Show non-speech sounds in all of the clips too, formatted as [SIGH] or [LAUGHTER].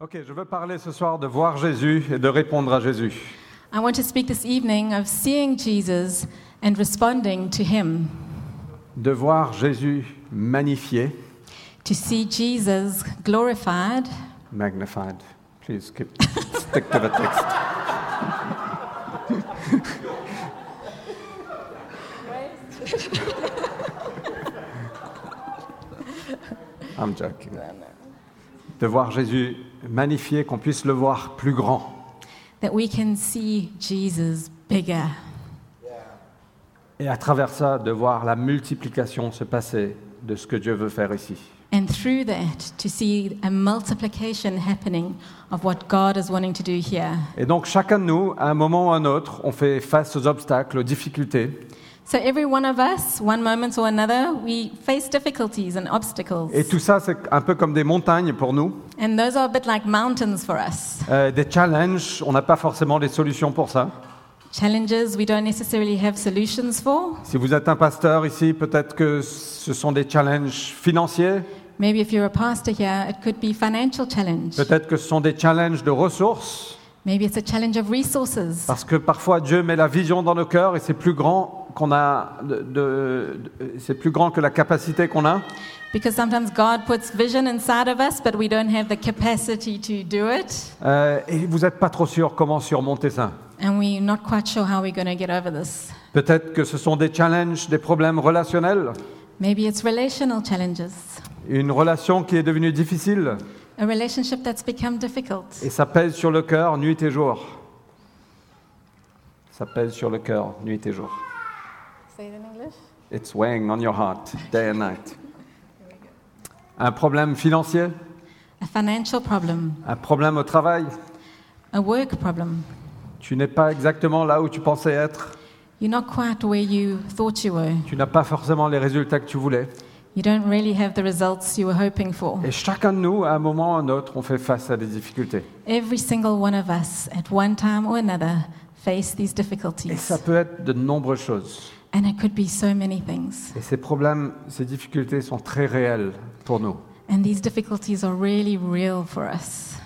Ok, je veux parler ce soir de voir Jésus et de répondre à Jésus. I want to speak this evening of seeing Jesus and responding to him, De voir Jésus magnifié. to see Jesus glorified. Magnified. Please keep, stick to the text. I'm joking. De voir Jésus magnifié, qu'on puisse le voir plus grand. that we can see Jesus bigger. Et à travers ça, de voir la multiplication se passer de ce que Dieu veut faire ici. And through that, to see a multiplication happening of what God is wanting to do here. Et donc chacun de nous, à un moment ou à un autre, on fait face aux obstacles, aux difficultés. So, every one of us, one moment or another, we face difficulties and obstacles. Et tout ça, c'est un peu comme des montagnes pour nous, And those are a bit like mountains for us. Euh, des challenges. On n'a pas forcément des solutions pour ça. Challenges we don't necessarily have solutions for. Si vous êtes un pasteur ici, peut-être que ce sont des challenges financiers, Maybe if you're a pastor here, it could be financial challenge. peut-être que ce sont des challenges de ressources, Maybe it's a challenge of resources. parce que parfois Dieu met la vision dans nos cœurs et c'est plus grand qu'on a, de- de- de- c'est plus grand que la capacité qu'on a. Because sometimes God puts vision inside of us, but we don't have the capacity to do it. Euh, et vous n'êtes pas trop sûr comment surmonter ça. And we're not quite sure how we're going to get over this. Peut-être que ce sont des challenges, des problèmes relationnels, Maybe it's relational challenges, une relation qui est devenue difficile a relationship that's become difficult. et ça pèse sur le cœur nuit et jour. Ça pèse sur le cœur nuit et jour. Say it in English. It's weighing on your heart day and night. Un problème financier, A financial problem, un problème au travail. a work problem. Tu n'es pas exactement là où tu pensais être. You're not quite where you thought you were. Tu n'as pas forcément les résultats que tu voulais. You don't really have the results you were hoping for. Et chacun de nous, à un moment ou à un autre, on fait face à des difficultés. Every single one of us, at one time or another, face these Et difficulties. ça peut être de nombreuses choses. And it could be so many things. Et ces problèmes, ces difficultés sont très réelles pour nous. And these difficulties are really real for us.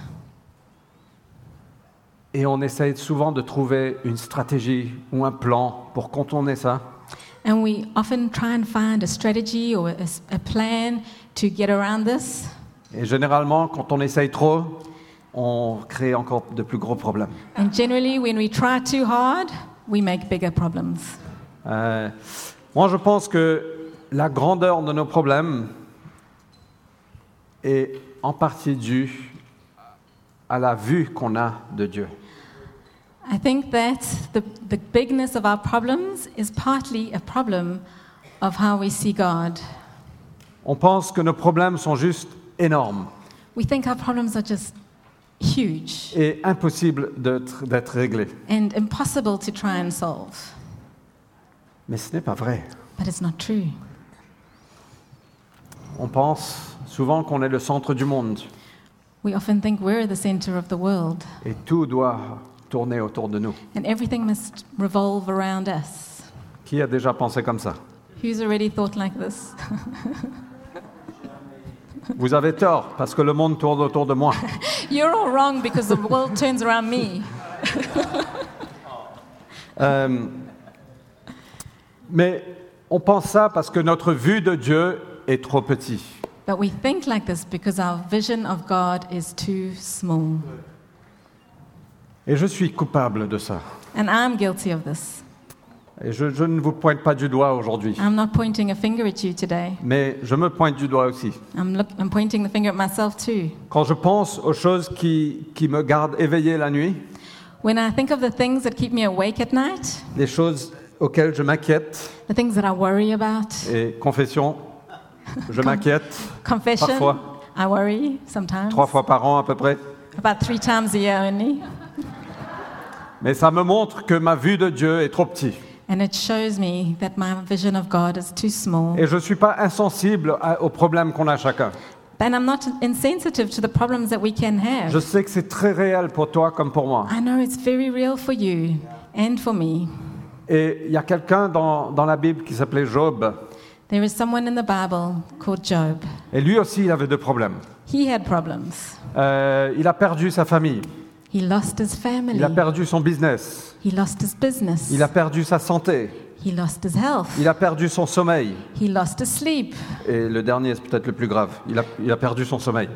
Et on essaye souvent de trouver une stratégie ou un plan pour contourner ça. And we often try and find a strategy or a, a plan to get around this. Et généralement, quand on essaye trop, on crée encore de plus gros problèmes. And generally, when we try too hard, we make bigger problems. Euh, moi, je pense que la grandeur de nos problèmes est en partie due à la vue qu'on a de Dieu. I think that the, the bigness of our problems is partly a problem of how we see God. On pense que nos problèmes sont juste énormes We think our problems are just huge et impossibles d'être d'être réglés. and impossible to try and solve. Mais ce n'est pas vrai. But it's not true. On pense souvent qu'on est le centre du monde We often think we're the center of the world et tout doit tourner autour de nous. and everything must revolve around us. Qui a déjà pensé comme ça Who's already thought like this? [LAUGHS] Vous avez tort parce que le monde tourne autour de moi. You're all wrong because the world [LAUGHS] turns around me. Euh, mais on pense ça parce que notre vue de Dieu est trop petite. But we think like this because our vision of God is too small. Et je suis coupable de ça. And I'm guilty of this. Et je, je ne vous pointe pas du doigt aujourd'hui, I'm not pointing a finger at you today. mais je me pointe du doigt aussi. I'm, look, I'm pointing the finger at myself too. Quand je pense aux choses qui, qui me gardent éveillé la nuit, When I think of the things that keep me awake at night, les choses auxquelles je m'inquiète, the things that I worry about, et confession, je m'inquiète confession, Parfois. I worry sometimes, trois fois par an à peu près, about three times a year only. mais ça me montre que ma vue de Dieu est trop petite. And it shows me that my vision of God is too small. Et je ne suis pas insensible à- aux problèmes qu'on a chacun. And I'm not insensitive to the problems that we can have. Je sais que c'est très réel pour toi comme pour moi. I know it's very real for you and for me. Et il y a quelqu'un dans, dans la Bible qui s'appelait Job. There is someone in the Bible called Job. Et lui aussi, il avait deux problèmes. He had problems. Euh, il a perdu sa famille, He lost his family. il a perdu son business, He lost his business. il a perdu sa santé, He lost his health. il a perdu son sommeil. He lost his sleep. [LAUGHS] Et le dernier, c'est peut-être le plus grave, il a, il a perdu son sommeil.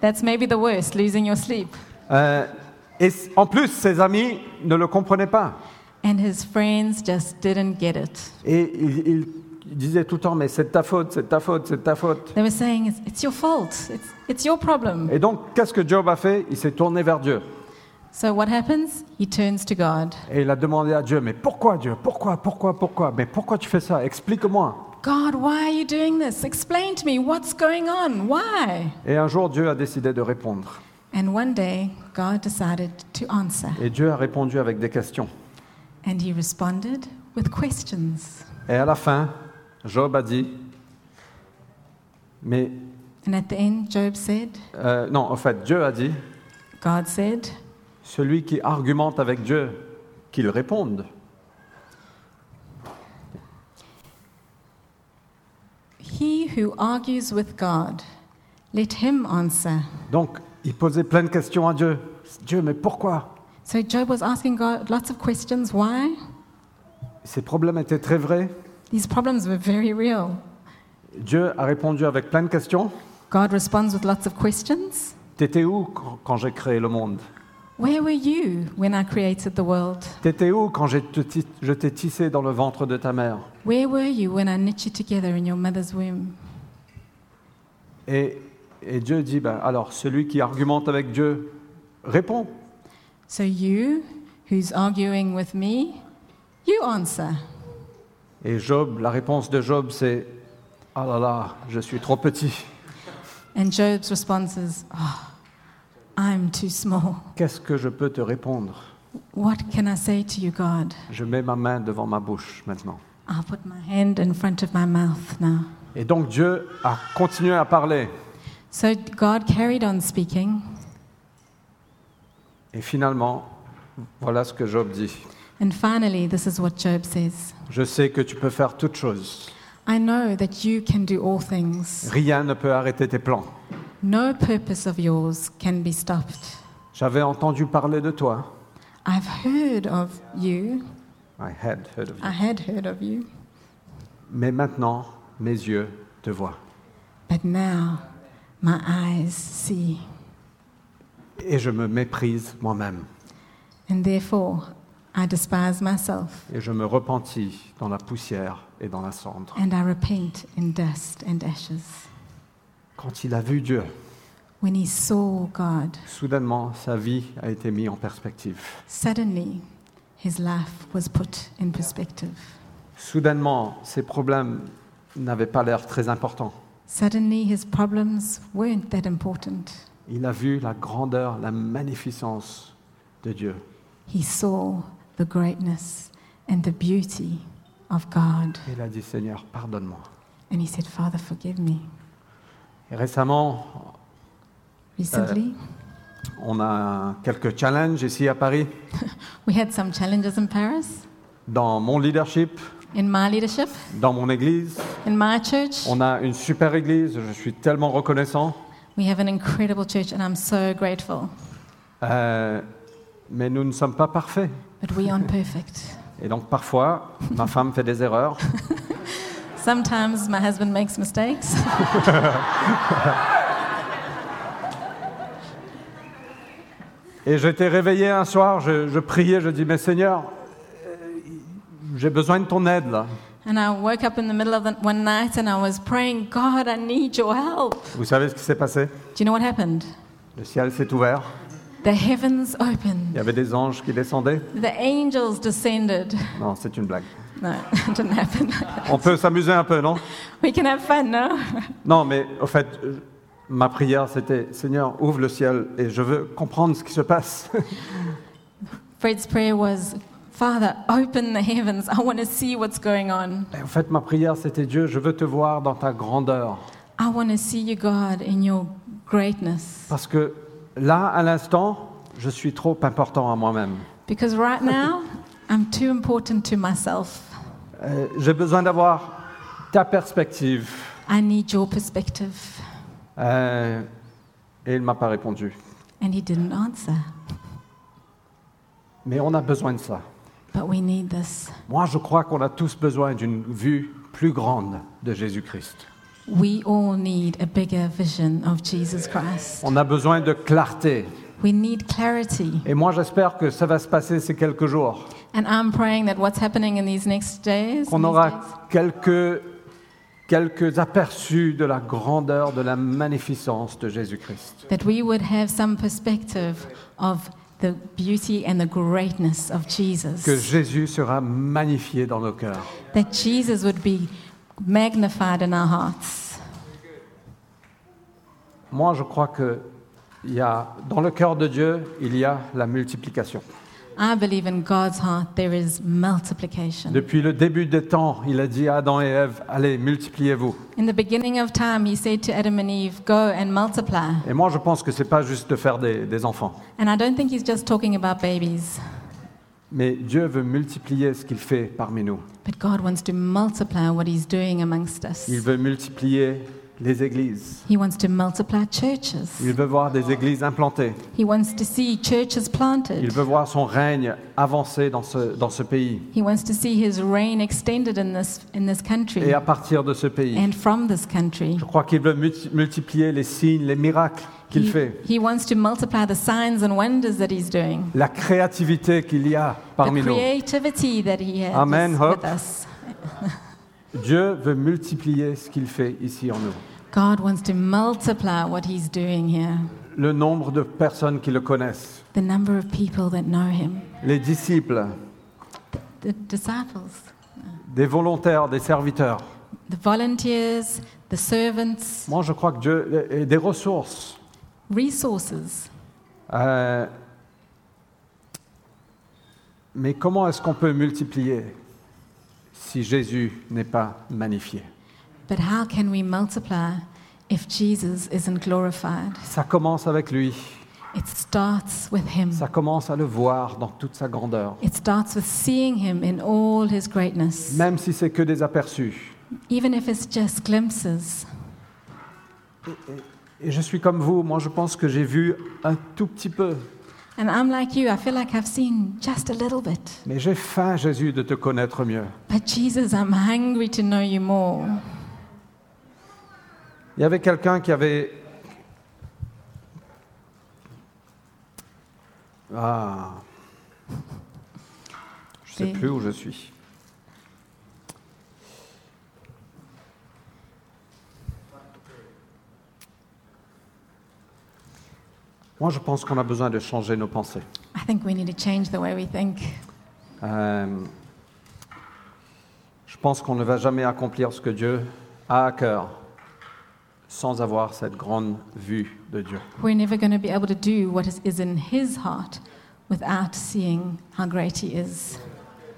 That's maybe the worst, losing your sleep. Euh, et s- en plus, ses amis ne le comprenaient pas. And his friends just didn't get it. Et il, il- il disait tout le temps, mais c'est de ta faute, c'est de ta faute, c'est de ta faute. They were saying, It's, it's your fault. It's, it's your problem. Et donc, qu'est-ce que Job a fait Il s'est tourné vers Dieu. So what happens? He turns to God. Et il a demandé à Dieu, mais pourquoi Dieu Pourquoi Pourquoi Pourquoi Mais pourquoi tu fais ça Explique-moi. God, why are you doing this? Explain to me what's going on. Why? Et un jour, Dieu a décidé de répondre. And one day, God decided to answer. Et Dieu a répondu avec des questions. And he responded with questions. Et à la fin, Job a dit, mais And at the end, Job said, euh, non, en fait, Dieu a dit, God said, celui qui argumente avec Dieu, qu'il réponde. He who argues with God, let him answer. Donc, il posait plein de questions à Dieu. Dieu, mais pourquoi So Job was asking God lots of questions. Why? Ces problèmes étaient très vrais. These problems were very real. Dieu a répondu avec plein de questions. God responds with lots of questions. T'étais où quand- quand j'ai créé le monde Where were you when I created the world? T'étais où quand j'ai te ti- je t'ai tissé dans le ventre de ta mère Where were you when I knit you together in your mother's womb? et, et Dieu dit, ben, alors celui qui argumente avec Dieu, répond. So you, who's arguing with me, you answer. Et Job, la réponse de Job, c'est, ah là là, je suis trop petit. And Job's response is, "Ah, I'm too small. Qu'est-ce que je peux te répondre What can I say to you, God? Je mets ma main devant ma bouche maintenant. I'll put my hand in front of my mouth now. Et donc Dieu a continué à parler. So God carried on speaking, Et finalement, voilà ce que Job dit. and finally, this is what Job says Je sais que tu peux faire toutes choses. I know that you can do all things. Rien ne peut arrêter tes plans. No purpose of yours can be stopped. J'avais entendu parler de toi. I've heard of you, I had heard of you. I had heard of you, Mais maintenant, mes yeux te voient. but now my eyes see, Et je me méprise moi-même. and therefore I despise myself, Et je me repentis dans la poussière et dans la cendre. and I repent in dust and ashes. Quand il a vu Dieu, When he saw God, soudainement, sa vie a été mise en perspective. suddenly his life was put in perspective. Soudainement, ses problèmes n'avaient pas l'air très importants. Suddenly, his problems weren't that important. Il a vu la grandeur, la magnificence de Dieu. He saw the greatness and the beauty of God. Et Il a dit, Seigneur, pardonne-moi. And he said, Father, forgive me. Et Récemment, Recently, on a quelques challenges ici à Paris we had some challenges in Paris, dans mon leadership, in my leadership, dans mon église. in my church. On a une super église, je suis tellement reconnaissant. We have an incredible church, and I'm so grateful. Euh, mais nous ne sommes pas parfaits. But we aren't perfect. Et donc parfois, ma femme fait des erreurs. Sometimes my husband makes mistakes. [LAUGHS] Et j'étais réveillé un soir, je, je priais, je dis, mais Seigneur, euh, j'ai besoin de ton aide là. And I woke up in the middle of the, one night and I was praying, God, I need your help. Vous savez ce qui s'est passé Do you know what happened? Le ciel s'est ouvert, The heavens opened. il y avait des anges qui descendaient. The angels descended. [LAUGHS] Non, c'est une blague. No, [LAUGHS] it didn't happen. On peut s'amuser un peu, non We can have fun, no? [LAUGHS] Non, mais au fait, euh, ma prière c'était, Seigneur, ouvre le ciel et je veux comprendre ce qui se passe. Fred's prayer was, Father, open the heavens. I want to see what's going on. Et en fait, Eh, ma prière c'était, Dieu, je veux te voir dans ta grandeur. I want to see you, God, in your greatness. Parce que là, à l'instant, je suis trop important à moi-même. Because right now, I'm too important to myself. Euh, j'ai besoin d'avoir ta perspective. I need your perspective. Euh, et il ne m'a pas répondu. and he didn't answer. Mais on a besoin de ça. But we need this. Moi, je crois qu'on a tous besoin d'une vue plus grande de Jésus-Christ. We all need a bigger vision of Jesus Christ. On a besoin de clarté. We need clarity. Et moi, j'espère que ça va se passer ces quelques jours. And I'm praying that what's happening in these next days, qu'on these days, aura quelques, quelques aperçus de la grandeur, de la magnificence de Jésus-Christ. that we would have some perspective of the beauty and the greatness of Jesus. Que Jésus sera magnifié dans nos cœurs. That Jesus would be magnified in our hearts. Moi, je crois que il y a, dans le cœur de Dieu, il y a la multiplication. I believe in God's heart there is multiplication. Depuis le début des temps, il a dit à Adam et Ève, allez, multipliez-vous. In the beginning of time, he said to Adam and Eve, Go and multiply. Et moi, je pense que ce n'est pas juste de faire des, des enfants. And I don't think he's just talking about babies, Mais Dieu veut multiplier ce qu'il fait parmi nous. but God wants to multiply what he's doing amongst us. Il veut multiplier les églises. He wants to multiply churches. Il veut voir des églises implantées. He wants to see churches Il planted. veut voir son règne avancer dans ce, dans ce pays He wants to see his reign extended in this, in this et country à partir de ce pays. and from this country. Je crois qu'il veut multi- multiplier les signes, les miracles qu'il He, fait, he wants to multiply the signs and wonders that he's doing, la créativité qu'il y a the parmi nous. creativity that he has Amen, Hope. with us. Dieu veut multiplier ce qu'il fait ici en nous. God wants to multiply what he's doing here. Le nombre de personnes qui le connaissent, The number of people that know him, les disciples, the disciples, des volontaires, des serviteurs. the volunteers, the servants, Moi, je crois que Dieu et des ressources. resources. Euh, mais comment est-ce qu'on peut multiplier si Jésus n'est pas magnifié But how can we multiply if Jesus isn't glorified? Ça commence avec lui. It starts with him. Ça commence à le voir dans toute sa grandeur. It starts with seeing him in all his greatness, Même si c'est que des aperçus. even if it's just glimpses. Et je suis comme vous, moi je pense que j'ai vu un tout petit peu. And I'm like you, I feel like I've seen just a little bit. Mais j'ai faim, Jésus, de te connaître mieux. But Jesus, I'm hungry to know you more. Il y avait quelqu'un qui avait... Ah. Je sais Et- plus où je suis. Moi, je pense qu'on a besoin de changer nos pensées. I think we need to change the way we think. Euh, je pense qu'on ne va jamais accomplir ce que Dieu a à cœur sans avoir cette grande vue de Dieu. We're never going to be able to do what is, is in his heart without seeing how great he is.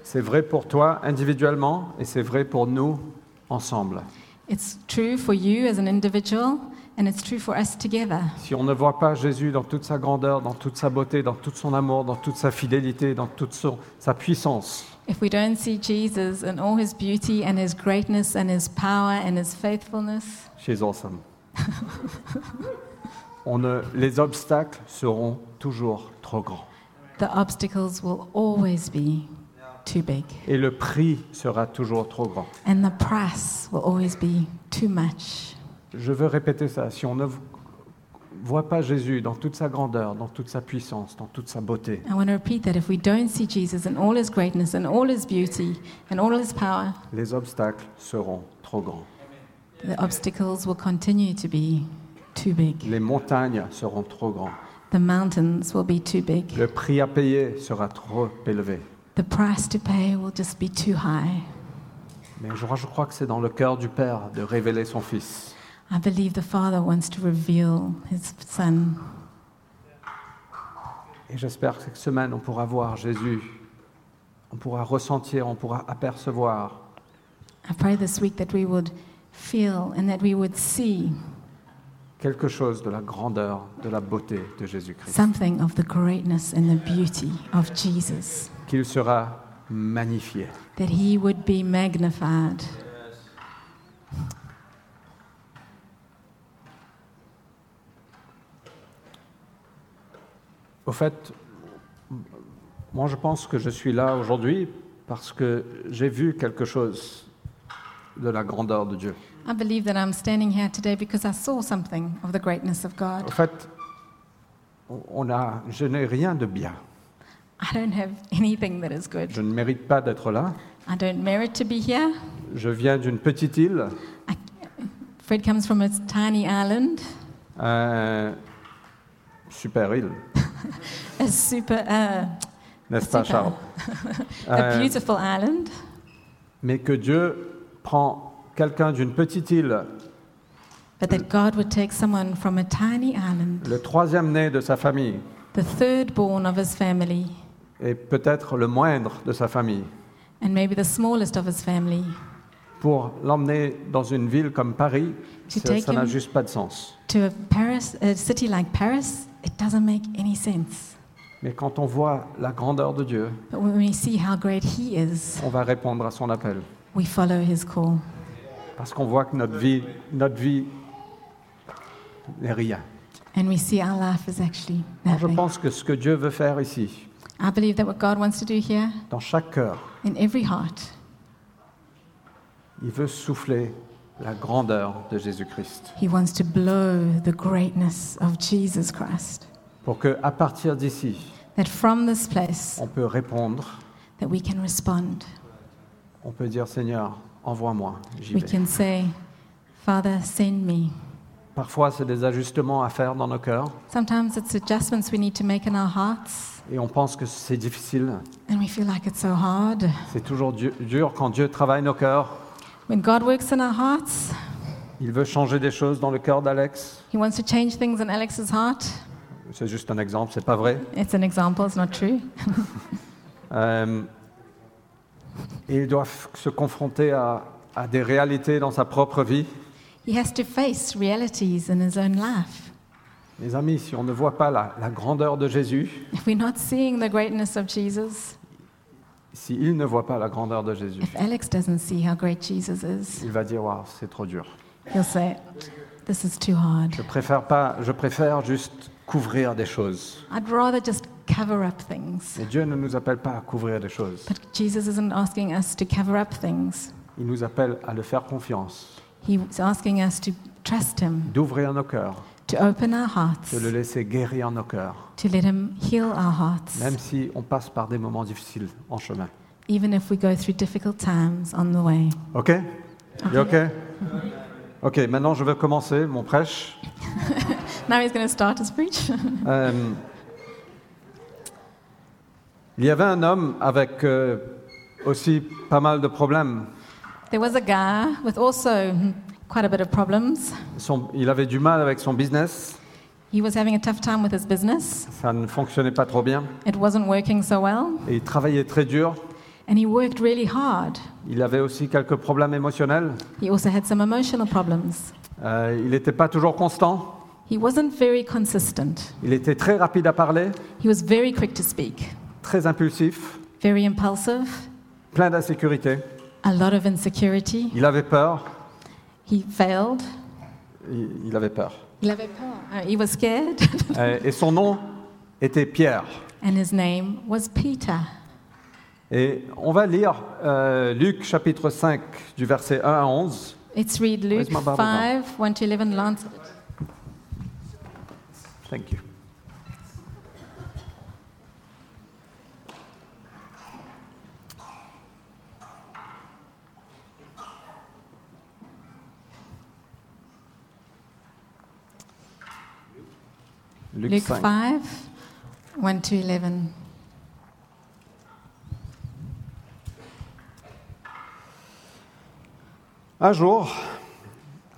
C'est vrai pour toi individuellement et c'est vrai pour nous ensemble. It's true for you as an individual, and it's true for us together. Si on ne voit pas Jésus dans toute sa grandeur, dans toute sa beauté, dans tout son amour, dans toute sa fidélité, dans toute son- sa puissance, If we don't see Jesus in all his beauty and his greatness and his power and his faithfulness, she's awesome. [LAUGHS] On ne- les obstacles seront toujours trop grands the obstacles will always be too big, et le prix sera toujours trop grand. and the price will always be too much. Je veux répéter ça. Si on ne v- voit pas Jésus dans toute sa grandeur, dans toute sa puissance, dans toute sa beauté, I want to repeat that if we don't see Jesus in all his greatness and all his beauty and all his power, les obstacles seront trop grands. the obstacles will continue to be too big. Les montagnes seront trop grandes. The mountains will be too big. Le prix à payer sera trop élevé. The price to pay will just be too high. Mais je, je crois que c'est dans le cœur du Père de révéler son Fils. I believe the Father wants to reveal his Son. Et j'espère que cette semaine, on pourra voir Jésus. On pourra ressentir, on pourra apercevoir I pray this week that we would feel and that we would see quelque chose de la grandeur, de la beauté de Jésus-Christ. something of the greatness and the beauty of Jesus, Qu'il sera magnifié. that he would be magnified. Au fait, moi je pense que je suis là aujourd'hui parce que j'ai vu quelque chose de la grandeur de Dieu. I believe that I'm standing here today because I saw something of the greatness of Au God. fait, on a, je n'ai rien de bien. I don't have anything that is good. Je ne mérite pas d'être là. I don't merit to be here. Je viens d'une petite île. I, Fred comes from a tiny island, Euh, super île, a super, uh, n'est-ce pas, Super. Charles a Euh, beautiful island. Mais que Dieu prend quelqu'un d'une petite île, But that God would take someone from a tiny island, le troisième né de sa famille, the third born of his family, et peut-être le moindre de sa famille, and maybe the smallest of his family, pour l'emmener dans une ville comme Paris, To ça take ça n'a him. juste pas de sens. to a, Paris, a city like Paris, it doesn't make any sense. Mais quand on voit la grandeur de Dieu, But when we see how great he is, on va répondre à son appel. we follow his call Parce qu'on voit que notre vie, notre vie n'est rien. and we see our life is actually Alors, je nothing. pense que ce que Dieu veut faire ici, I believe that what God wants to do here dans chaque cœur, in every heart, il veut souffler la grandeur de Jésus-Christ. he wants to blow the greatness of Jesus Christ. Pour que, à partir d'ici, That from this place on peut répondre, that we can respond. on peut dire Seigneur, envoie-moi, j'y We vais. can say, Father, send me. Parfois, c'est des ajustements à faire dans nos cœurs Sometimes it's adjustments we need to make in our hearts, et on pense que c'est difficile. and we feel like it's so hard. C'est toujours du- dur quand Dieu travaille nos cœurs. When God works in our hearts, Il veut changer des choses dans le cœur d'Alex. He wants to change things in Alex's heart. C'est juste un exemple, c'est pas vrai. It's an example, it's not true. Euh, et il doit f- se confronter à, à des réalités dans sa propre vie. He has to face realities in his own life. Mes amis, si on ne voit pas la, la grandeur de Jésus, If we're not seeing the greatness of Jesus, s'il ne voit pas la grandeur de Jésus, if Alex doesn't see how great Jesus is, il va dire Waouh, c'est trop dur. he'll say, This is too hard. Je préfère pas, je préfère juste couvrir des choses. I'd rather just cover up things. Mais Dieu ne nous appelle pas à couvrir des choses. But Jesus isn't asking us to cover up things. Il nous appelle à le faire confiance, He's asking us to trust Him, d'ouvrir nos cœurs, to open our hearts, de le laisser guérir nos cœurs, to let Him heal our hearts, même si on passe par des moments difficiles en chemin. even if we go through difficult times on the way. Ok You Ok Ok, maintenant je vais commencer mon prêche. Now He's going to start His preach. Euh, il y avait un homme avec euh, aussi pas mal de problèmes. there was a guy with also hmm, quite a bit of problems. Son- il avait du mal avec son business, He was having a tough time with his business, ça ne fonctionnait pas trop bien. it wasn't working so well, Et il travaillait très dur. and he worked really hard. Il avait aussi quelques problèmes émotionnels. He also had some emotional problems. Euh, il n'était pas toujours constant. He wasn't very consistent. Il était très rapide à parler, He was very quick to speak, très impulsif, very impulsive, plein d'insécurité. a lot of insecurity. Il avait peur. He failed. Il, il avait peur. Il avait peur. Uh, he was scared. [LAUGHS] Euh, et son nom était Pierre. and his name was Peter. Et on va lire euh, Luc chapitre 5 du verset 1 à 11. Let's read Where's Luke my Bible now? 5, 1 to 11. Lance, Thank you. Luc, Luke 5. 5, 1 to 11. Un jour,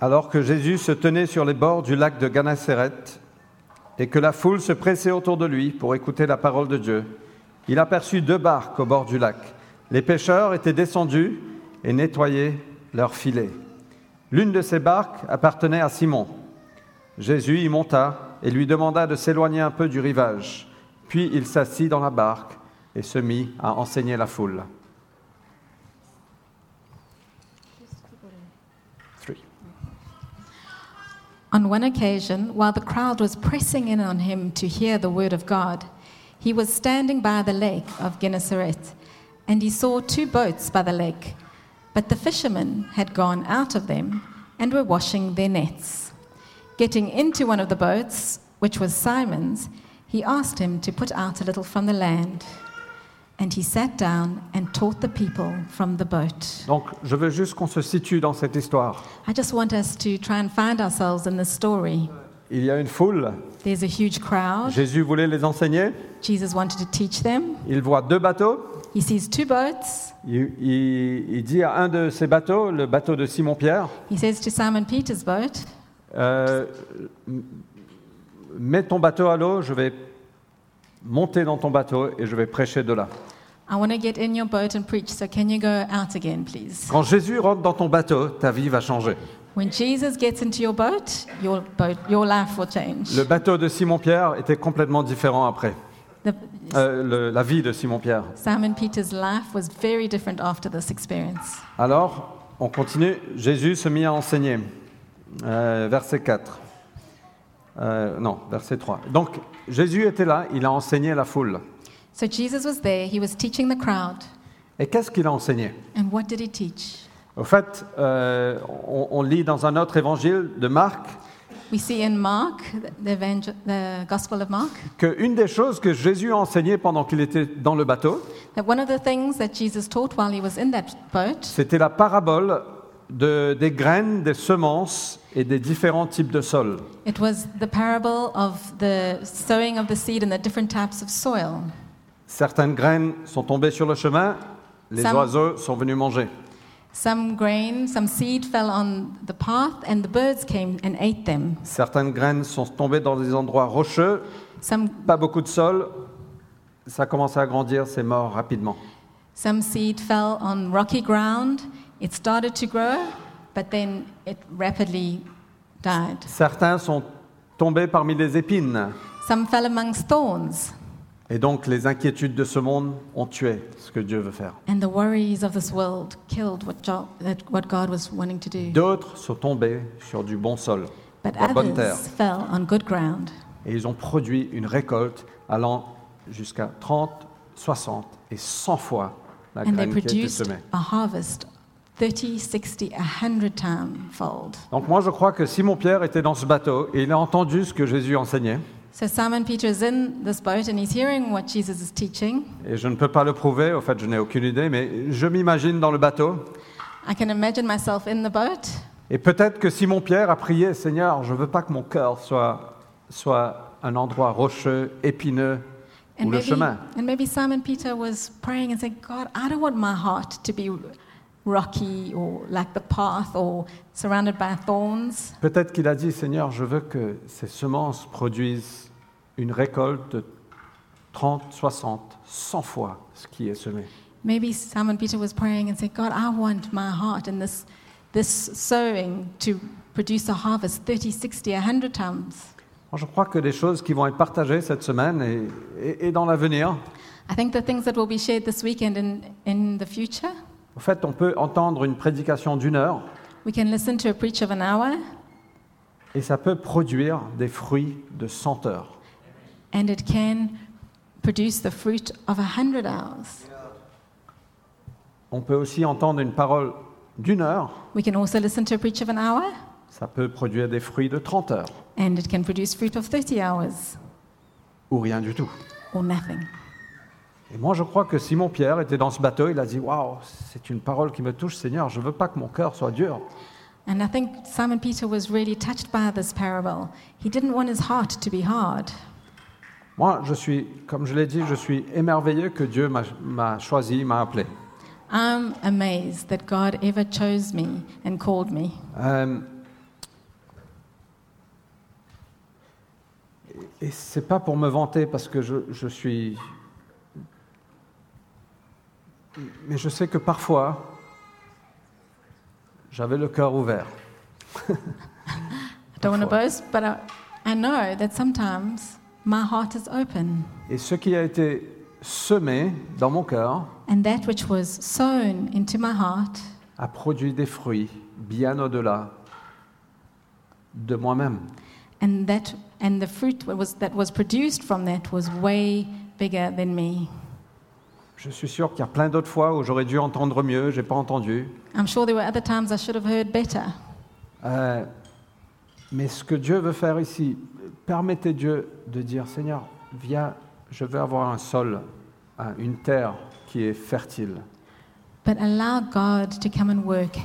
alors que Jésus se tenait sur les bords du lac de Gennesaret et que la foule se pressait autour de lui pour écouter la parole de Dieu, il aperçut deux barques au bord du lac. Les pêcheurs étaient descendus et nettoyaient leurs filets. L'une de ces barques appartenait à Simon. Jésus y monta et lui demanda de s'éloigner un peu du rivage. Puis il s'assit dans la barque et se mit à enseigner la foule. Three. On one occasion, while the crowd was pressing in on him to hear the word of God, He was standing by the lake of Gennesaret, and he saw two boats by the lake, but the fishermen had gone out of them and were washing their nets. Getting into one of the boats, which was Simon's, he asked him to put out a little from the land. And he sat down and taught the people from the boat. Donc, je veux juste qu'on se situe dans cette histoire. I just want us to try and find ourselves in this story. Il y a une foule. There's a huge crowd. Jésus voulait les enseigner. Jesus wanted to teach them. Il voit deux bateaux. He sees two boats. Il, il- il dit à un de ces bateaux, le bateau de Simon-Pierre, He says to Simon Peter's boat, Euh, m- mets ton bateau à l'eau, je vais monter dans ton bateau et je vais prêcher de là. I want to get in your boat and preach, so can you go out again, please? Quand Jésus rentre dans ton bateau, ta vie va changer. When Jesus gets into your boat, your, boat, your life will change. Le bateau de Simon-Pierre était complètement différent après. The, Euh, le- la vie de Simon-Pierre. Simon Peter's life was very different after this experience. Alors, on continue. Jésus se mit à enseigner. Euh, verset 4. Euh, non, verset 3. Donc, Jésus était là, il a enseigné la foule. So Jesus was there, he was teaching the crowd. Et qu'est-ce qu'il a enseigné And what did he teach? Au fait, euh, on, on lit dans un autre évangile de Marc We see in Mark, the, the, evangel- the Gospel of Mark, qu'une des choses que Jésus a enseigné pendant qu'il était dans le bateau, that one of the things that Jesus taught while he was in that boat c'était la parabole de- des graines, des semences et des différents types de sols. It was the parable of the sowing of the seed in the different types of soil. Certaines graines sont tombées sur le chemin, les Sam- oiseaux sont venus manger. Some grain, some seed fell on the path, and the birds came and ate them. Certaines graines sont tombées dans des endroits rocheux, Some, pas beaucoup de sol, ça commençait à grandir, c'est mort rapidement. some seed fell on rocky ground. It started to grow, but then it rapidly died. Certains sont tombés parmi les épines, Some fell amongst thorns, et donc les inquiétudes de ce monde ont tué ce que Dieu veut faire. and the worries of this world killed what, jo- that- what God was wanting to do. D'autres sont tombés sur du bon sol, But la bonne terre. others fell on good ground. Et ils ont produit une récolte allant jusqu'à 30, 60 et 100 fois la And they graine qui a été produced semée. a harvest 30, 60, 100 time fold. Donc moi je crois que Simon-Pierre était dans ce bateau et il a entendu ce que Jésus enseignait. So Simon Peter is in this boat and he's hearing what Jesus is teaching. Et je ne peux pas le prouver, au fait je n'ai aucune idée, mais je m'imagine dans le bateau. I can imagine myself in the boat. Et peut-être que Simon-Pierre a prié, Seigneur, je ne veux pas que mon cœur soit, soit un endroit rocheux, épineux, And ou le maybe, chemin. and maybe Simon Peter was praying and saying, God, I don't want my heart to be rocky or like the path or surrounded by thorns. Peut-être qu'il a dit, Seigneur, je veux que ces semences produisent une récolte de 30, 60, 100 fois ce qui est semé. Maybe Simon Peter was praying and saying, God, I want my heart and this, this sowing to produce a harvest 30, 60, 100 times. Moi, je crois que les choses qui vont être partagées cette semaine et, et- et dans l'avenir, I think the things that will be shared this weekend and in the future, en fait, on peut entendre une prédication d'une heure we can listen to a preach of an hour et ça peut produire des fruits de 100 heures. and it can produce the fruit of a hundred hours. On peut aussi entendre une parole d'une heure, We can also listen to a preach of an hour ça peut produire des fruits de 30 heures and it can produce fruit of 30 hours ou rien du tout. or nothing. Et moi, je crois que Simon Pierre était dans ce bateau, il a dit Waouh, c'est une parole qui me touche, Seigneur, je ne veux pas que mon cœur soit dur. And I think Simon Peter was really touched by this parable. He didn't want his heart to be hard. Moi, je suis, comme je l'ai dit, je suis émerveillé que Dieu m'a- m'a choisi, m'a appelé. I'm amazed that God ever chose me and called me. Euh, et et c'est pas pour me vanter parce que je, je suis. Mais je sais que parfois, j'avais le cœur ouvert. I don't want to Parfois. boast, but I, I know that sometimes my heart is open. Et ce qui a été semé dans mon cœur, And that which was sown into my heart a produit des fruits bien au-delà de moi-même. and that and the fruit that was, that was produced from that was way bigger than me. Je suis sûr qu'il y a plein d'autres fois où j'aurais dû entendre mieux, j'ai pas entendu. I'm sure there were other times I should have heard better. Euh, mais ce que Dieu veut faire ici, permettez Dieu de dire, Seigneur, viens, je veux avoir un sol, hein, une terre qui est fertile. But allow God to come and work.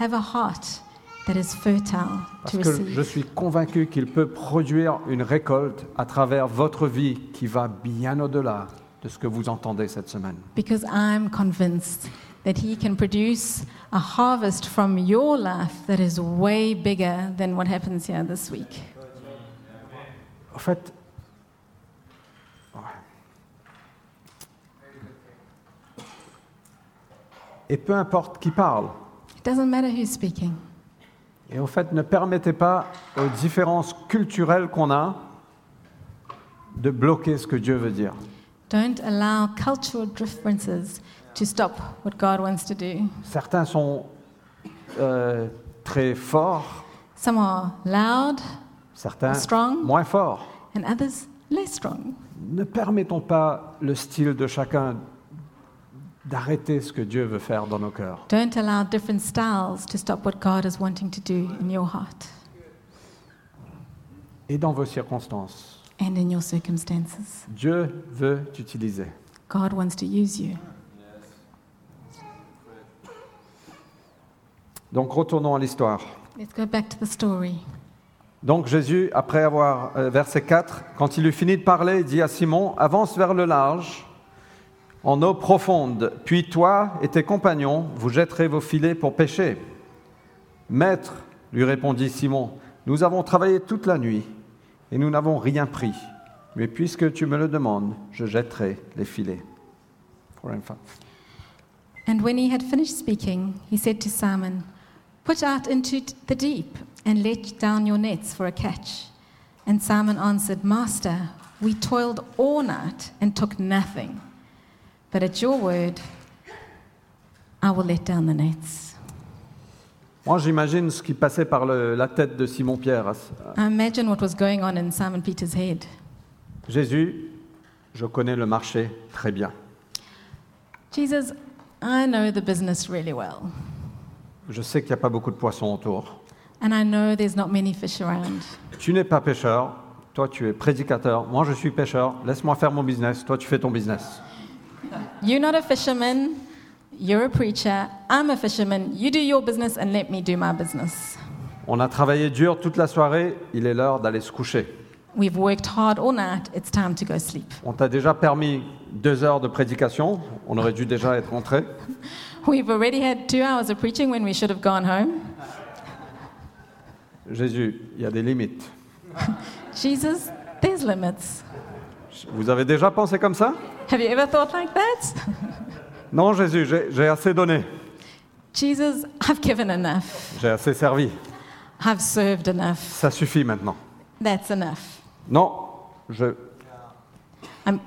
Have a heart that is fertile Parce to que je receive. suis convaincu qu'il peut produire une récolte à travers votre vie qui va bien au-delà de ce que vous entendez cette semaine. Because I'm convinced that He can produce a harvest from your life that is way bigger than what happens here this week. En fait, ouais. et peu importe qui parle, It doesn't matter who's speaking. et en fait, ne permettez pas aux différences culturelles qu'on a de bloquer ce que Dieu veut dire. Don't allow cultural differences to stop what God wants to do. Certains sont euh, très forts, Some are loud certains Strong. moins forts. and others less strong. Ne permettons pas le style de chacun d'arrêter ce que Dieu veut faire dans nos cœurs. Don't allow different styles to stop what God is wanting to do in your heart et dans vos circonstances. and in your circumstances. Dieu veut t'utiliser. God wants to use you. Donc retournons à l'histoire. Let's go back to the story. Donc Jésus, après avoir, euh, verset 4, quand il eut fini de parler, dit à Simon, avance vers le large, en eau profonde, puis toi et tes compagnons, vous jetterez vos filets pour pêcher. Maître, lui répondit Simon, nous avons travaillé toute la nuit et nous n'avons rien pris. Mais puisque tu me le demandes, je jetterai les filets. Pour une fois. And when he had finished speaking, he said to Simon, Put out into t- the deep and let down your nets for a catch. And Simon answered, Master, we toiled all night and took nothing. But at your word, I will let down the nets. Moi, j'imagine ce qui passait par le- la tête de Simon-Pierre. I imagine what was going on in Simon Peter's head. Jésus, je connais le marché très bien. Jesus, I know the business really well, Je sais qu'il n'y a pas beaucoup de poissons autour. and I know there's not many fish around. Tu n'es pas pêcheur, toi tu es prédicateur. Moi, je suis pêcheur. Laisse-moi faire mon business, toi tu fais ton business. You're not a fisherman, you're a preacher. I'm a fisherman. You do your business and let me do my business. On a travaillé dur toute la soirée, il est l'heure d'aller se coucher. We've worked hard all night, it's time to go sleep. On t'a déjà permis deux heures de prédication, on aurait dû déjà être rentré. We've already had two hours of preaching when we should have gone home. Jésus, il y a des limites. Jesus, there's limits. Vous avez déjà pensé comme ça Have you ever thought like that? [LAUGHS] Non, Jésus, j'ai j'ai assez donné, Jesus, I've given enough. j'ai assez servi. I've served enough. Ça suffit maintenant. That's enough. Non, je, I'm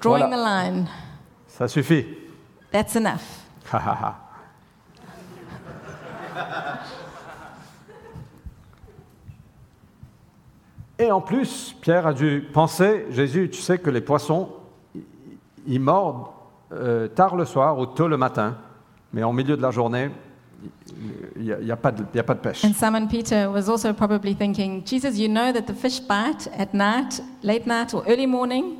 drawing Voilà. the line. ça suffit. That's enough. Ha, ha, ha. Et en plus, Pierre a dû penser, Jésus, tu sais que les poissons, i- ils mordent euh, tard le soir ou tôt le matin, mais en milieu de la journée, il n'y a, il y a pas de il y a pas de pêche. And Simon Peter was also probably thinking, Jesus, you know that the fish bite at night, late night, or early morning.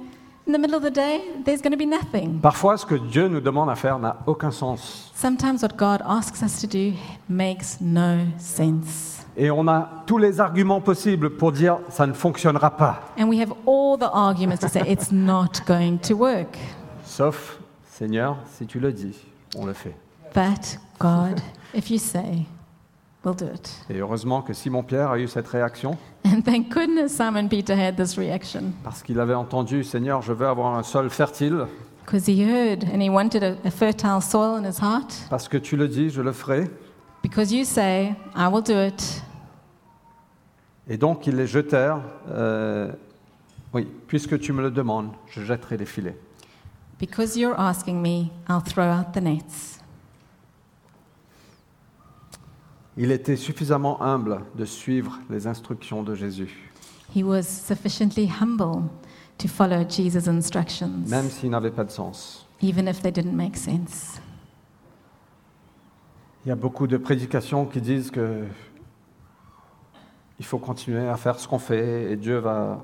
In the middle of the day, there's going to be nothing. Parfois, ce que Dieu nous demande à faire n'a aucun sens. Sometimes what God asks us to do makes no sense. Et on a tous les arguments possibles pour dire ça ne fonctionnera pas, And we have all the arguments to say it's not going to work. sauf, Seigneur, si tu le dis, on le fait. But God, if you say, we'll do it. Et heureusement que Simon-Pierre a eu cette réaction, And thank goodness Simon Peter had this reaction parce qu'il avait entendu, Seigneur, je veux avoir un sol fertile, because he heard and he wanted a, a fertile soil in his heart. parce que tu le dis, je le ferai. Because you say, I will do it. Et donc ils les jetèrent, euh, oui, puisque tu me le demandes, je jetterai les filets. Because you're asking me, I'll throw out the nets. Il était suffisamment humble de suivre les instructions de Jésus. He was sufficiently humble to follow Jesus' instructions, même s'ils n'avaient pas de sens. even if they didn't make sense. Il y a beaucoup de prédications qui disent que il faut continuer à faire ce qu'on fait et Dieu va,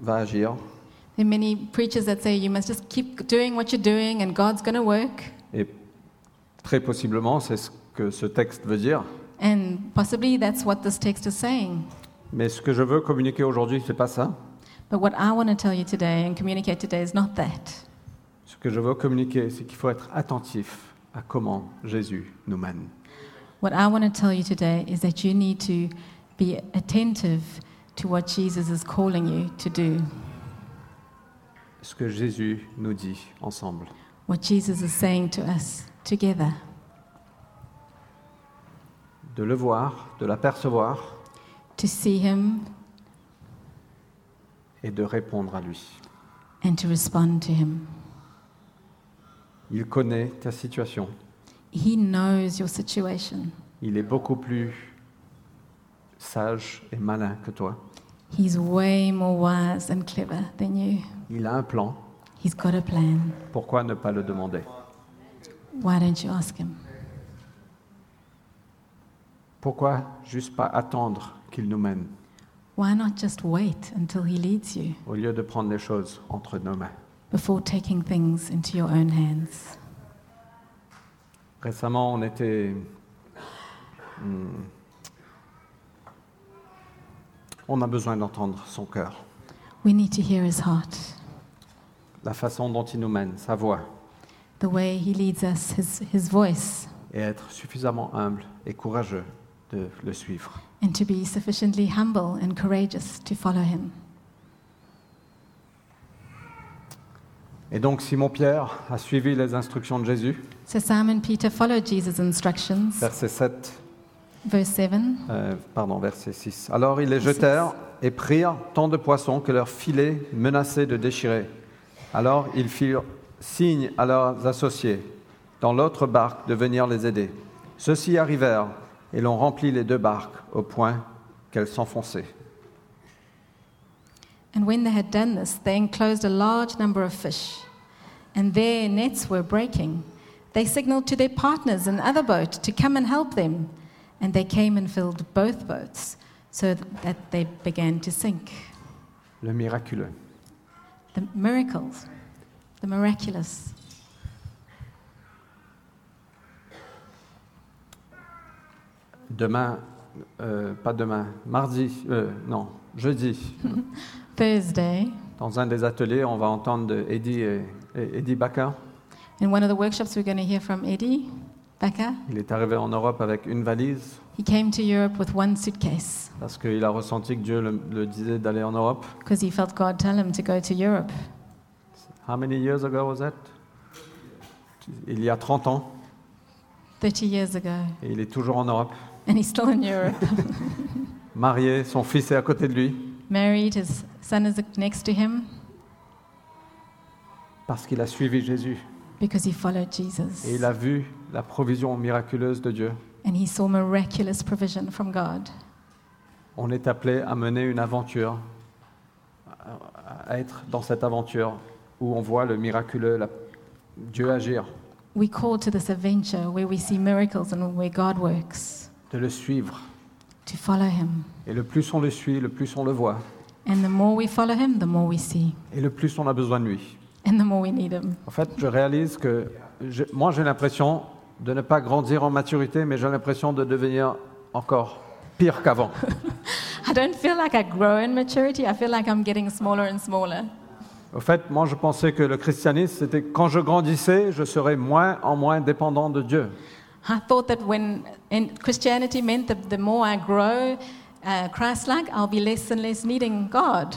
va agir. There are many preachers that say you must just keep doing what you're doing and God's going to work. Et très possiblement, c'est ce que ce texte veut dire. And possibly that's what this text is saying. Mais ce que je veux communiquer aujourd'hui, c'est pas ça. But what I want to tell you today and communicate today is not that. Ce que je veux communiquer, c'est qu'il faut être attentif à comment Jésus nous mène. What I want to tell you today is that you need to be attentive to what Jesus is calling you to do, Ce que Jésus nous dit ensemble. what Jesus is saying to us together, De le voir, de l'apercevoir to see Him et de répondre à lui. and to respond to Him. Il connaît ta situation. He knows your situation, Il est beaucoup plus sage et malin que toi. He's way more wise and clever than you. Il a un plan. He's got a plan. Pourquoi ne pas le demander Why don't you ask Him? Pourquoi juste pas attendre qu'il nous mène Why not just wait until He leads you au lieu de prendre les choses entre nos mains before taking things into your own hands? Récemment, on était. Hmm. On a besoin d'entendre son cœur, We need to hear His heart. la façon dont il nous mène, sa voix, the way he leads us, his, his voice, et être suffisamment humble et courageux de le suivre. and to be sufficiently humble and courageous to follow him. Et donc, Simon-Pierre a suivi les instructions de Jésus, So Simon Peter followed Jesus' instructions. verset 7, Verse 7 euh, pardon, verset 6. Alors ils les jetèrent et prirent tant de poissons que leurs filets menaçaient de déchirer. Alors ils firent signe à leurs associés dans l'autre barque de venir les aider. Ceux-ci arrivèrent et l'on remplit les deux barques au point qu'elles s'enfonçaient. And when they had done this, they enclosed a large number of fish, and their nets were breaking. They signaled to their partners in other boat to come and help them, and they came and filled both boats so that they began to sink. Le miraculeux. The miracles, the miraculous. Demain, euh, pas demain, mardi, euh, non, jeudi, Thursday, dans un des ateliers, on va entendre de Eddie, et- et- Eddie Baca. In one of the workshops, we're going to hear from Eddie Becker. Il est arrivé en Europe avec une valise. He came to Europe with one suitcase Parce qu'il a ressenti que Dieu le, le disait d'aller en Europe. because he felt God tell him to go to Europe. How many years ago was that? Il y a 30 ans 30 years ago, et il est toujours en Europe. and he's still in Europe. [LAUGHS] Marié, son fils est à côté de lui Married, his son is next to him parce qu'il a suivi Jésus because he followed Jesus. et il a vu la provision miraculeuse de Dieu. And he saw miraculous provision from God. On est appelé à mener une aventure, à à être dans cette aventure où on voit le miraculeux, la- Dieu agir, We call to this adventure where we see miracles and where God works de le suivre. to follow him. Et le plus on le suit, le plus on le voit And the more we follow him, the more we see, et le plus on a besoin de lui. and the more we need him. En fait, je réalise que je- moi, j'ai l'impression de ne pas grandir en maturité, mais j'ai l'impression de devenir encore pire qu'avant. I don't feel like I grow in maturity. I feel like I'm getting smaller and smaller. Au fait, moi, je pensais que le christianisme, c'était quand je grandissais, je serais moins en moins dépendant de Dieu. I thought that when in Christianity meant that the more I grow uh, Christ like, I'll be less and less needing God.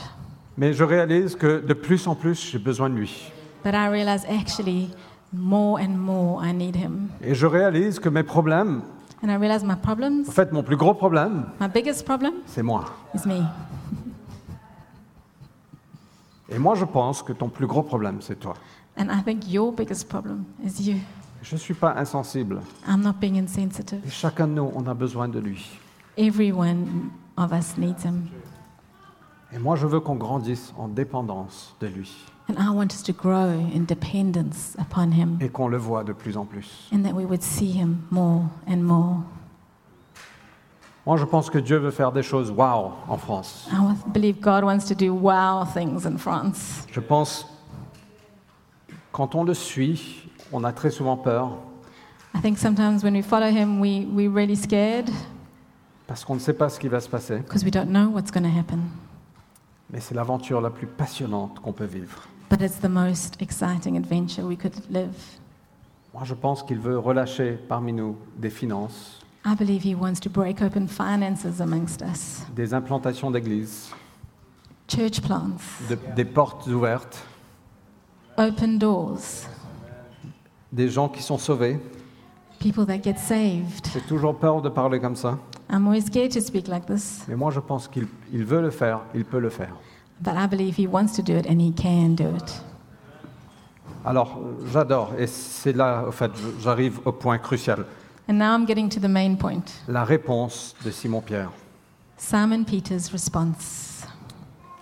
Mais je réalise que de plus en plus, j'ai besoin de lui. But I realize actually more and more I need Him. Et je réalise que mes problèmes, And I realize my en problems, fait, mon plus gros problème, my biggest problem c'est moi. is me. Et moi, je pense que ton plus gros problème, c'est toi. And I think your biggest problem is you. Je ne suis pas insensible. I'm not being Et insensitive. chacun de nous, on a besoin de lui. Every one of us needs Him. Et moi, je veux qu'on grandisse en dépendance de lui And I want us to grow in dependence upon Him et qu'on le voit de plus en plus. and that we would see Him more and more. Moi, je pense que Dieu veut faire des choses wow en France. I wa- believe God wants to do wow things in France. Je pense, quand on le suit, on a très souvent peur I think sometimes when we follow Him, we, we're really scared parce qu'on ne sait pas ce qui va se passer. because we don't know what's going to happen. Mais c'est l'aventure la plus passionnante qu'on peut vivre. But it's the most exciting adventure we could live. Moi, je pense qu'il veut relâcher parmi nous des finances, I believe He wants to break open finances amongst us, des implantations d'églises, church plants, de- des portes ouvertes, open doors, des gens qui sont sauvés. people that get saved. J'ai toujours peur de parler comme ça. I'm always scared to speak like this, Mais moi, je pense qu'il il veut le faire, il peut le faire. but I believe He wants to do it and He can do it. Alors, euh, j'adore, et c'est là, au fait, je- j'arrive au point crucial. And now I'm getting to the main point La réponse de Simon-Pierre. Simon Peter's response.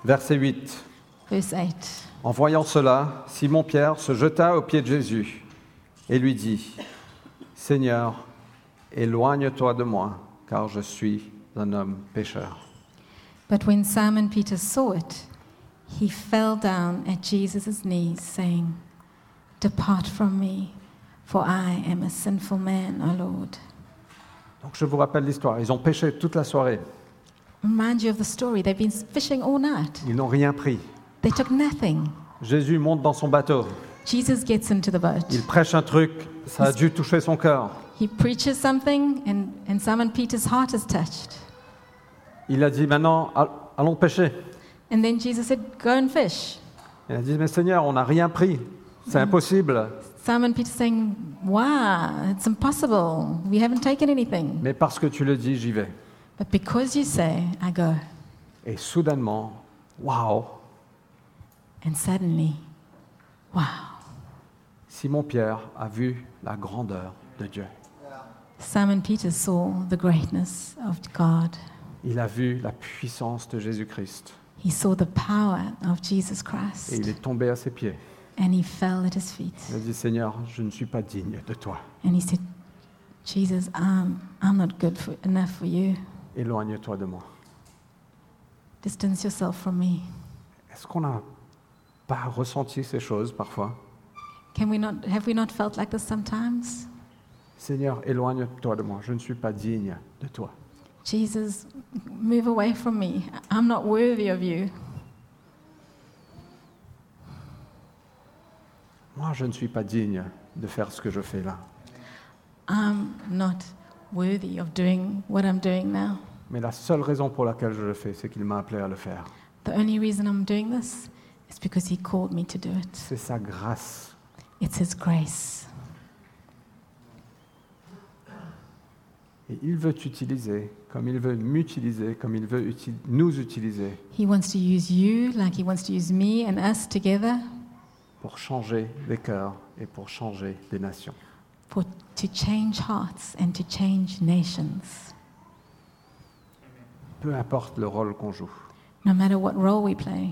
Verset 8. Verse 8. En voyant cela, Simon-Pierre se jeta aux pieds de Jésus et lui dit, Seigneur, éloigne-toi de moi, car je suis un homme pécheur. But when Simon Peter saw it, he fell down at Jesus' knees, saying, Depart from me, for I am a sinful man, O Lord. Donc je vous rappelle l'histoire. Ils ont péché toute la soirée. Remind you of the story. They've been fishing all night, Ils n'ont rien pris. they took nothing. Jésus monte dans son bateau. Jesus gets into the boat. Il prêche un truc. Ça a dû toucher son cœur. He preaches something, and, and Simon Peter's heart is touched. Il a dit, maintenant, a- allons pêcher. And then Jesus said, Go and fish. Il a dit, mais Seigneur, on n'a rien pris. C'est impossible. Simon Peter saying, Wow, it's impossible. We haven't taken anything. Mais parce que tu le dis, j'y vais. But because you say, I go. Et soudainement, waouh, And suddenly, wow, Simon-Pierre a vu la grandeur de Dieu. Simon Peter saw the greatness of God. Il a vu la puissance de Jésus-Christ. He saw the power of Jesus Et il Christ. est tombé à ses pieds. And he fell at his feet. Il a dit, Seigneur, je ne suis pas digne de toi. And he said, Jesus, I'm, I'm not good for, enough for you. Éloigne-toi de moi. Distance yourself from me. Est-ce qu'on n'a pas ressenti ces choses parfois Can we not, have we not felt like this sometimes? Seigneur, éloigne-toi de moi. Je ne suis pas digne de toi. Jesus, move away from me. I'm not worthy of you. Moi, je ne suis pas digne de faire ce que je fais là. I'm not worthy of doing what I'm doing now. Mais la seule raison pour laquelle je le fais, c'est qu'il m'a appelé à le faire. The only reason I'm doing this is because He called me to do it. C'est sa grâce. It's His grace. Et il veut t'utiliser comme il veut m'utiliser, comme il veut uti- nous utiliser He wants to use you like He wants to use me and us together pour changer des cœurs et pour changer des nations. for, to change hearts and to change nations, Peu importe le rôle qu'on joue. no matter what role we play.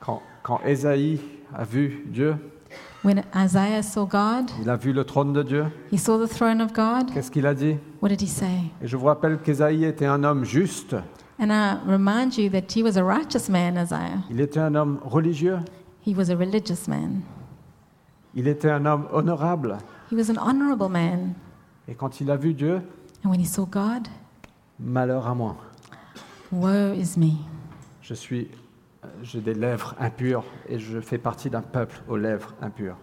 Quand, quand Ésaïe a vu Dieu, When Isaiah saw God, il a vu le trône de Dieu, he saw the throne of God. qu'est-ce qu'il a dit What did he say? Et je vous rappelle qu'Ésaïe était un homme juste, And I remind you that he was a righteous man, Isaiah. il était un homme religieux, He was a religious man. il était un homme honorable. He was an honorable man. Et quand il a vu Dieu, And when he saw God, malheur à moi. woe is me. Je suis, euh, j'ai des lèvres impures et je fais partie d'un peuple aux lèvres impures.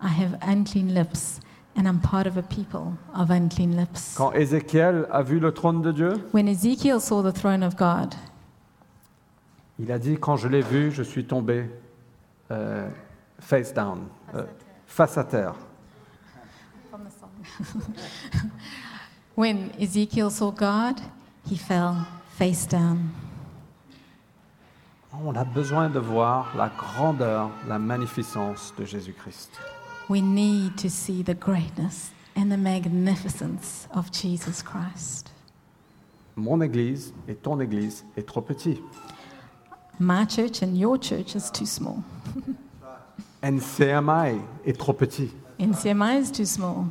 I have unclean lips, and I'm part of a people of unclean lips. Quand Ézéchiel a vu le trône de Dieu, When Ezekiel saw the throne of God, il a dit quand je l'ai vu, je suis tombé euh, face down, euh, face à terre. when Ezekiel saw God, he fell face down. On a besoin de voir la grandeur, la magnificence de Jésus-Christ. We need to see the greatness and the magnificence of Jesus Christ. Mon église et ton église est trop petit. My church and your church is too small. NCMI est trop petit. NCMI is too small.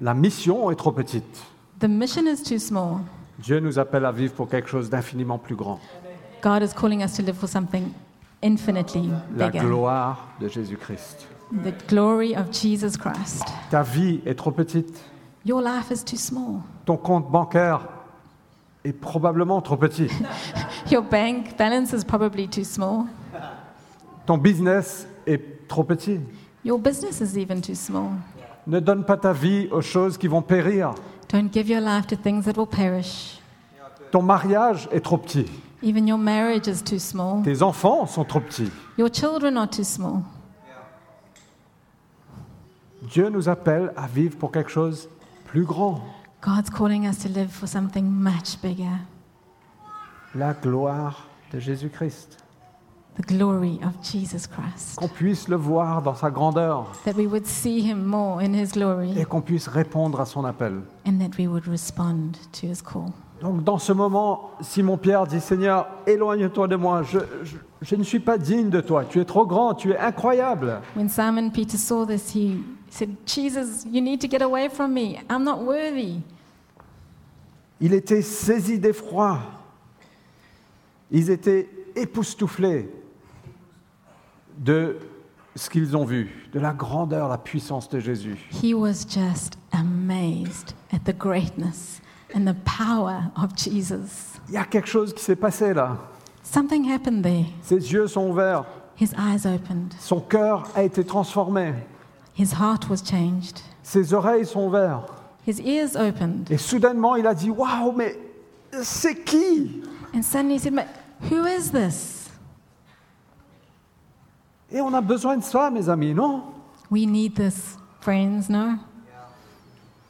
La mission est trop petite. The mission is too small. Dieu nous appelle à vivre pour quelque chose d'infiniment plus grand. God is calling us to live for something infinitely La bigger. gloire de Jésus-Christ. The glory of Jesus Christ. Ta vie est trop petite. Your life is too small. Ton compte bancaire est probablement trop petit. Your bank balance is probably too small. Ton business est trop petit. Your business is even too small. Ne donne pas ta vie aux choses qui vont périr. Don't give your life to things that will perish. Ton mariage est trop petit. Even your marriage is too small. Tes enfants sont trop petits. Your children are too small. Dieu nous appelle à vivre pour quelque chose de plus grand. God's calling us to live for something much bigger La gloire de Jésus-Christ. the glory of Jesus Christ. Qu'on puisse le voir dans sa grandeur That we would see him more in his et glory qu'on puisse répondre à son appel. and that we would respond to his call. Donc dans ce moment, Simon-Pierre dit, Seigneur, éloigne-toi de moi, je, je- je ne suis pas digne de toi, tu es trop grand, tu es incroyable. When Simon Peter saw this, he said, Jesus, you need to get away from me. I'm not worthy. Il était saisi d'effroi, ils étaient époustouflés de ce qu'ils ont vu, de la grandeur, la puissance de Jésus. He was just amazed at the greatness and the power of Jesus. Il y a quelque chose qui s'est passé là. Something happened there. Ses yeux sont ouverts, His eyes opened, son cœur a été transformé, his heart was changed, ses oreilles sont ouvertes. his ears opened. Et soudainement, il a dit, waouh, mais c'est qui And suddenly he said, "Ma- Who is this? Et on a besoin de ça, mes amis, non We need this, friends, no?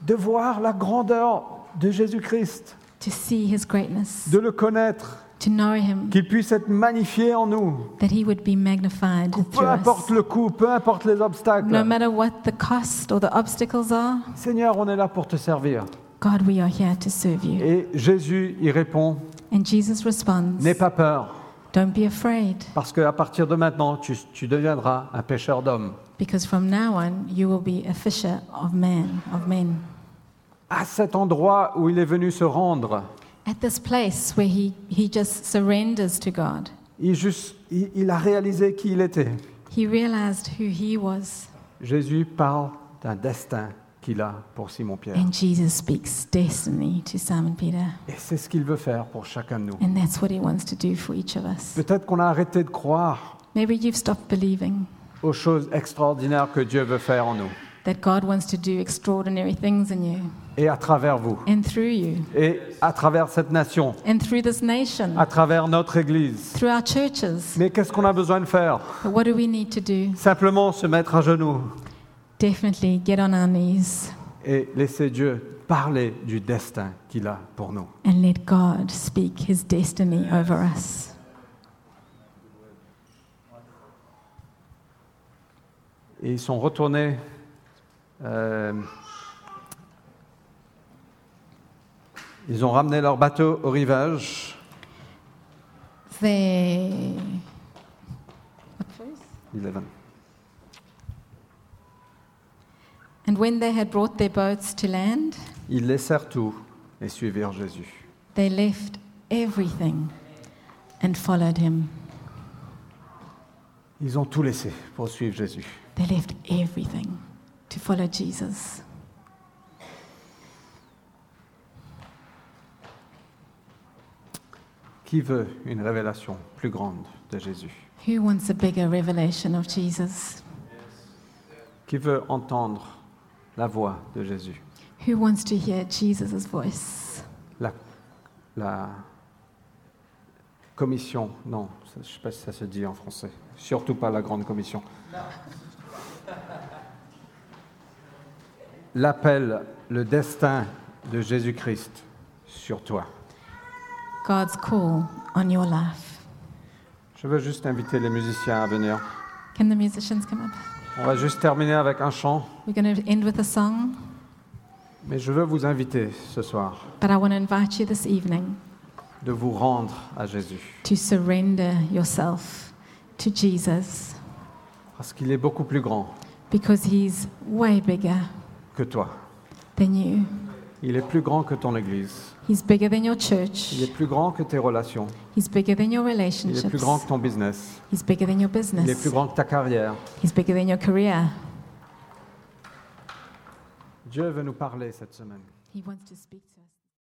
De voir la grandeur de Jésus-Christ, To see his greatness, de le connaître, to know him, qu'il puisse être magnifié en nous. that he would be magnified Peu through importe us. le coût, peu importe les obstacles. No matter what the cost or the obstacles are, Seigneur, on est là pour te servir. God, we are here to serve you. Et Jésus y répond, And Jesus responds, n'aie pas peur, Don't be afraid, parce qu'à partir de maintenant, tu, tu deviendras un pêcheur d'hommes. because from now on you will be a fisher of man, of men. À cet endroit où il est venu se rendre, At this place where he, he juste surrenders to God, il, juste- il- il a réalisé qui il était. he realized who he was. Jésus parle d'un destin qu'il a pour Simon-Pierre. And Jesus speaks destiny to Simon Peter. Et c'est ce qu'il veut faire pour chacun de nous. And that's what he wants to do for each of us. Peut-être qu'on a arrêté de croire Maybe you've stopped believing aux choses extraordinaires que Dieu veut faire en nous that God wants to do extraordinary things in you et à travers vous and through you et à travers cette nation, and through this nation, à travers notre Église. through our churches. Mais qu'est-ce qu'on a besoin de faire But what do we need to do? Simplement se mettre à genoux Definitely get on our knees et laisser Dieu parler du destin qu'il a pour nous. and let God speak his destiny over us. Et ils sont retournés. euh, ils ont ramené leur bateau au rivage. They. What verse? Eleven. And when they had brought their boats to land, Ils laissèrent tout et suivirent Jésus. they left everything and followed him. Ils ont tout laissé pour suivre Jésus. They left everything to follow Jesus. Qui veut une révélation plus grande de Jésus Who wants a bigger revelation of Jesus? Qui veut entendre la voix de Jésus Who wants to hear Jesus' voice? La, la commission, non, ça- je ne sais pas si ça se dit en français. Surtout pas la grande commission. L'appel, le destin de Jésus-Christ sur toi. God's call on your life. Je veux juste inviter les musiciens à venir. Can the musicians come up? On va juste terminer avec un chant. We're going to end with a song, Mais je veux vous inviter ce soir but I want to invite you this evening de vous rendre à Jésus, to surrender yourself to Jesus parce qu'il est beaucoup plus grand because He's way bigger que toi. than you. Il est plus grand que ton Église. He's bigger than your Il church. est plus grand que tes relations. He's bigger than your Il est plus grand relationships. que ton business. He's bigger than your Il est business. plus grand que ta carrière. He's bigger than your career. Dieu veut nous parler cette semaine. He wants to speak to us.